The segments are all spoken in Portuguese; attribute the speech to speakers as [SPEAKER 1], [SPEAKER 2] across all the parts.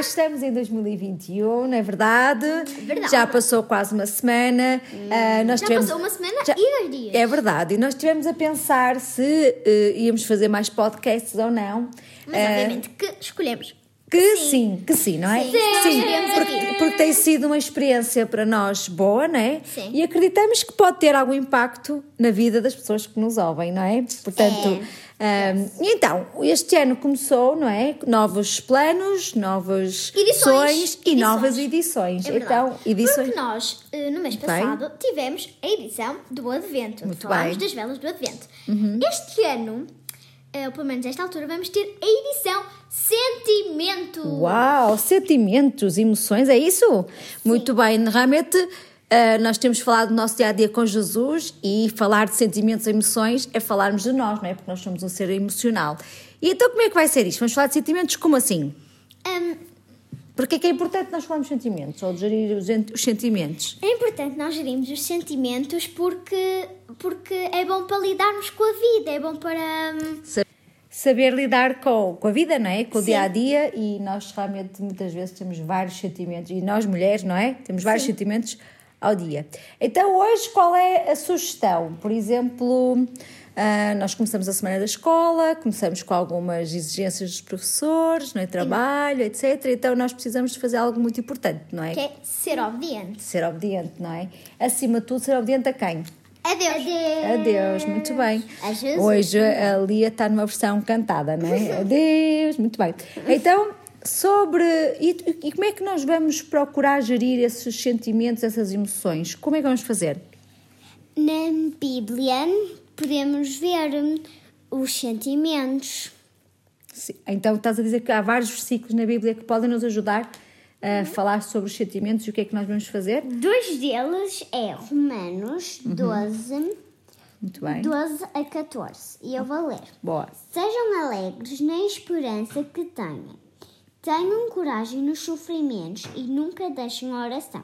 [SPEAKER 1] estamos em 2021, não é verdade?
[SPEAKER 2] Verdade. Hum.
[SPEAKER 1] Já passou quase uma semana. ah, nós
[SPEAKER 2] Já
[SPEAKER 1] tivemos...
[SPEAKER 2] passou um uma semana
[SPEAKER 1] Já-
[SPEAKER 2] e dois dias.
[SPEAKER 1] É verdade, e nós estivemos a pensar se eh, íamos fazer mais podcasts ou não.
[SPEAKER 2] Mas
[SPEAKER 1] Ah,
[SPEAKER 2] obviamente que escolhemos.
[SPEAKER 1] que sim. que sim, não é?
[SPEAKER 2] Sim, nós escolhemos
[SPEAKER 1] porque,
[SPEAKER 2] aqui.
[SPEAKER 1] porque tem sido uma experiência para nós boa, não é?
[SPEAKER 2] Sim.
[SPEAKER 1] E acreditamos que pode ter algum impacto na vida das pessoas que nos ouvem, não é? Portanto,
[SPEAKER 2] É.
[SPEAKER 1] ahm, e então, este ano começou, não é? Novos planos, novos
[SPEAKER 2] Edições.
[SPEAKER 1] sonhos e
[SPEAKER 2] Edições.
[SPEAKER 1] novas edições.
[SPEAKER 2] É verdade.
[SPEAKER 1] então, edições.
[SPEAKER 2] Porque nós, eh, no mês
[SPEAKER 1] Bem.
[SPEAKER 2] passado, tivemos a edição do Advento.
[SPEAKER 1] Muito
[SPEAKER 2] Falámos
[SPEAKER 1] bem. Uhum.
[SPEAKER 2] das velas do Advento. Este ano, eh, ou pelo menos nesta altura, vamos ter a edição Sentimento.
[SPEAKER 1] Uau, sentimentos, emoções, é isso? Muito bem, realmente ah, nós temos falado do nosso dia a dia com Jesus e falar de sentimentos e emoções é falarmos de nós, não é? Porque nós somos um ser emocional. E então como é que vai ser isto? Vamos falar de sentimentos como assim?
[SPEAKER 2] Ahm,
[SPEAKER 1] Porque é que é importante nós falarmos de sentimentos ou de gerir os, ent- os sentimentos?
[SPEAKER 2] é importante nós gerirmos os sentimentos porque, porque é bom para lidarmos com a vida, é bom para. hum,
[SPEAKER 1] Saber lidar com, com a vida, não é? Com o
[SPEAKER 2] Sim.
[SPEAKER 1] dia a dia e nós realmente muitas vezes temos vários sentimentos e nós mulheres, não é? Temos vários
[SPEAKER 2] Sim.
[SPEAKER 1] sentimentos ao dia. Então hoje qual é a sugestão? Por exemplo, ah, nós começamos a semana da escola, começamos com algumas exigências dos professores, não é? Trabalho, etc. Então nós precisamos de fazer algo muito importante, não é?
[SPEAKER 2] que é ser obediente.
[SPEAKER 1] Ser obediente, não é? Acima de tudo, ser obediente a quem?
[SPEAKER 2] Adeus.
[SPEAKER 1] Adeus, muito bem.
[SPEAKER 2] A Jesus.
[SPEAKER 1] Hoje a Lia está numa versão cantada, não é? Adeus, muito bem. Então, sobre. E, e como é que nós vamos procurar gerir esses sentimentos, essas emoções? Como é que vamos fazer?
[SPEAKER 2] Na Bíblia podemos ver os sentimentos.
[SPEAKER 1] Sim, Então, estás a dizer que há vários versículos na Bíblia que podem nos ajudar a falar sobre os sentimentos e o que é que nós vamos fazer?
[SPEAKER 2] Dois deles é Romanos 12,
[SPEAKER 1] Muito bem.
[SPEAKER 2] 12 a 14. E eu vou ler.
[SPEAKER 1] Boa.
[SPEAKER 2] Sejam alegres na esperança que tenham. Tenham coragem nos sofrimentos e nunca deixem a oração.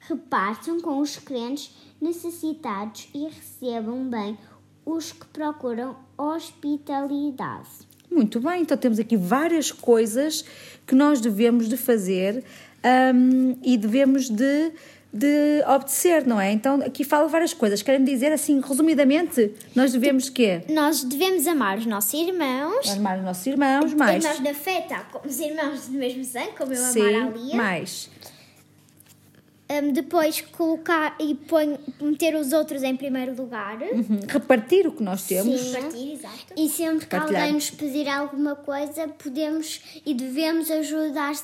[SPEAKER 2] Repartam com os crentes necessitados e recebam bem os que procuram hospitalidade.
[SPEAKER 1] Muito bem, então temos aqui várias coisas que nós devemos de fazer hum, e devemos de, de obedecer, não é? Então aqui fala várias coisas. Querem dizer assim, resumidamente, nós devemos de quê?
[SPEAKER 2] Nós devemos amar os nossos irmãos.
[SPEAKER 1] Amar os nossos irmãos, mais.
[SPEAKER 2] Irmãos da fé, tá? Como os irmãos do mesmo sangue, como eu amar a
[SPEAKER 1] Sim,
[SPEAKER 2] Lia.
[SPEAKER 1] mais.
[SPEAKER 2] Hum, depois colocar e põe, meter os outros em primeiro lugar.
[SPEAKER 1] Uhum. Repartir o que nós temos.
[SPEAKER 2] Partir, exato. E sempre que
[SPEAKER 1] Partilhar.
[SPEAKER 2] alguém nos pedir alguma coisa, podemos e devemos ajudar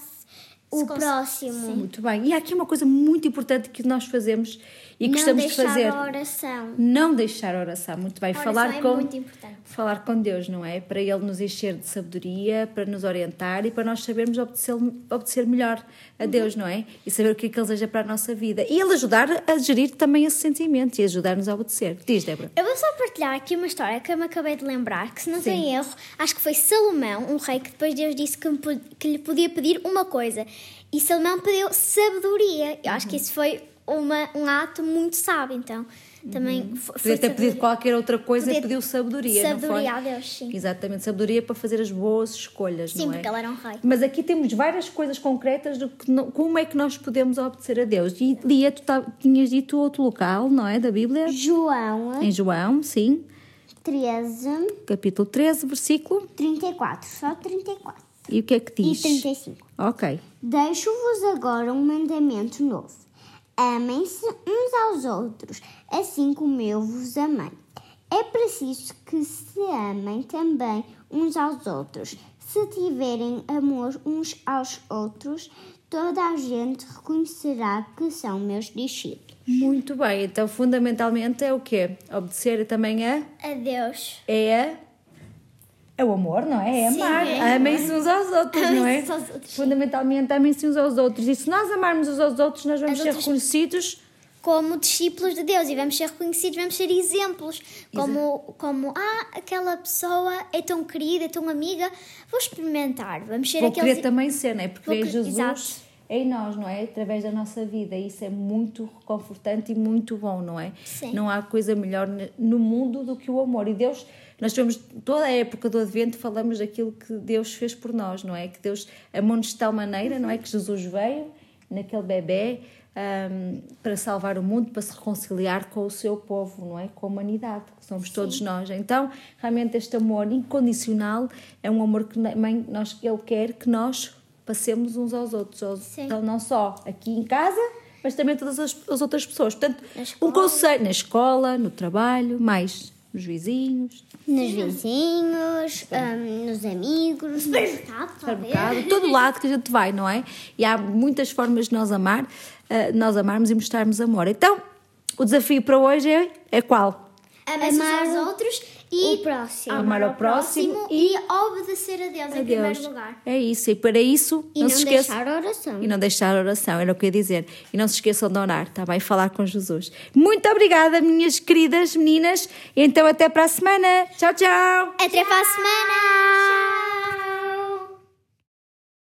[SPEAKER 2] o próximo.
[SPEAKER 1] Muito bem. E há aqui uma coisa muito importante que nós fazemos e
[SPEAKER 2] Não
[SPEAKER 1] gostamos de
[SPEAKER 2] deixar
[SPEAKER 1] fazer.
[SPEAKER 2] a oração.
[SPEAKER 1] Não deixar a oração, muito bem.
[SPEAKER 2] oração
[SPEAKER 1] falar
[SPEAKER 2] é
[SPEAKER 1] com
[SPEAKER 2] muito importante.
[SPEAKER 1] falar com Deus, não é? Para ele nos encher de sabedoria, para nos orientar e para nós sabermos obedecer, obedecer melhor a Deus,
[SPEAKER 2] Uhum.
[SPEAKER 1] não é? E saber o que é que ele deseja para a nossa vida. E ele ajudar a gerir também esse sentimento e ajudar-nos a obedecer. Diz, Débora.
[SPEAKER 2] Eu vou só partilhar aqui uma história que eu me acabei de lembrar, que se não
[SPEAKER 1] Sim.
[SPEAKER 2] tem erro, acho que foi Salomão, um rei que depois Deus disse que, me po- que lhe podia pedir uma coisa. E Salomão pediu sabedoria. Eu acho
[SPEAKER 1] Uhum.
[SPEAKER 2] que isso foi uma, um ato muito sábio, então. Também
[SPEAKER 1] Uhum.
[SPEAKER 2] fo- foi
[SPEAKER 1] Podia ter pedido
[SPEAKER 2] sabedoria.
[SPEAKER 1] qualquer outra coisa e
[SPEAKER 2] Podia-
[SPEAKER 1] pediu sabedoria,
[SPEAKER 2] Sabedoria
[SPEAKER 1] não
[SPEAKER 2] a
[SPEAKER 1] foi?
[SPEAKER 2] Deus, sim.
[SPEAKER 1] Exatamente, sabedoria para fazer as boas escolhas,
[SPEAKER 2] Sim,
[SPEAKER 1] não é?
[SPEAKER 2] porque ele era um rei.
[SPEAKER 1] Mas aqui temos várias coisas concretas de que no- como é que nós podemos obedecer a Deus. E Lia, tu ta- tinhas dito outro local, não é? Da Bíblia?
[SPEAKER 2] João
[SPEAKER 1] Em João, sim.
[SPEAKER 2] 13,
[SPEAKER 1] Capítulo 13, versículo.
[SPEAKER 2] 34, só 34
[SPEAKER 1] E o que é que diz?
[SPEAKER 2] 35.
[SPEAKER 1] Ok.
[SPEAKER 2] Deixo-vos agora um mandamento novo. Amem-se uns aos outros, assim como eu vos amei. É preciso que se amem também uns aos outros. Se tiverem amor uns aos outros, toda a gente reconhecerá que são meus discípulos.
[SPEAKER 1] Muito bem. Então, fundamentalmente é o quê? Obedecer também a
[SPEAKER 2] Adeus.
[SPEAKER 1] é a- é o amor, não é? É
[SPEAKER 2] Sim,
[SPEAKER 1] amar.
[SPEAKER 2] é.
[SPEAKER 1] Amem-se uns aos outros, não é?
[SPEAKER 2] Amem-se aos outros, sim.
[SPEAKER 1] Fundamentalmente, amem-se uns aos outros. E se nós amarmos uns aos outros, nós vamos
[SPEAKER 2] As
[SPEAKER 1] ser
[SPEAKER 2] outras-
[SPEAKER 1] reconhecidos.
[SPEAKER 2] como discípulos de Deus e vamos ser reconhecidos, vamos ser exemplos. Como, como, ah, aquela pessoa é tão querida, é tão amiga, vou experimentar. Vamos ser
[SPEAKER 1] Vou
[SPEAKER 2] aqueles.
[SPEAKER 1] querer também ser, não é? Porque
[SPEAKER 2] Vou
[SPEAKER 1] vê
[SPEAKER 2] querer-
[SPEAKER 1] Jesus
[SPEAKER 2] exato.
[SPEAKER 1] em nós, não é? Através da nossa vida. E Isso é muito reconfortante e muito bom, não é?
[SPEAKER 2] Sim.
[SPEAKER 1] Não há coisa melhor ne- no mundo do que o amor. E Deus Nós temos toda a época do Advento, falamos daquilo que Deus fez por nós, não é? Que Deus amou-nos de tal maneira, não é? Que Jesus veio naquele bebê um, para salvar o mundo, para se reconciliar com o seu povo, não é? Com a humanidade, que somos todos nós. Então, realmente, este amor incondicional é um amor que mãe, nós, Ele quer que nós passemos uns aos outros. Aos, então, não só aqui em casa, mas também todas as, as outras pessoas. Portanto, um conselho na escola, no trabalho, mais nos vizinhos,
[SPEAKER 2] Nos vizinhos, hum, nos amigos, no supermercado,
[SPEAKER 1] supermercado,
[SPEAKER 2] talvez.
[SPEAKER 1] um todo lado que a gente vai, não é? E há muitas formas de nós amar, eh, nós amarmos e mostrarmos amor. Então, o desafio para hoje é, é qual?
[SPEAKER 3] Amar-se
[SPEAKER 2] Amar
[SPEAKER 3] uns aos outros e
[SPEAKER 2] o próximo.
[SPEAKER 1] Amar ao próximo
[SPEAKER 3] e, obedecer a Deus em primeiro lugar.
[SPEAKER 1] É isso, e para isso,
[SPEAKER 2] E
[SPEAKER 1] não,
[SPEAKER 2] não,
[SPEAKER 1] se esqueça.
[SPEAKER 2] deixar a oração.
[SPEAKER 1] E não deixar a oração, era o que eu ia dizer. E não se esqueçam de orar, está bem? Falar com Jesus. Muito obrigada, minhas queridas meninas. Então, até para a semana. Tchau, tchau.
[SPEAKER 3] Até para a semana!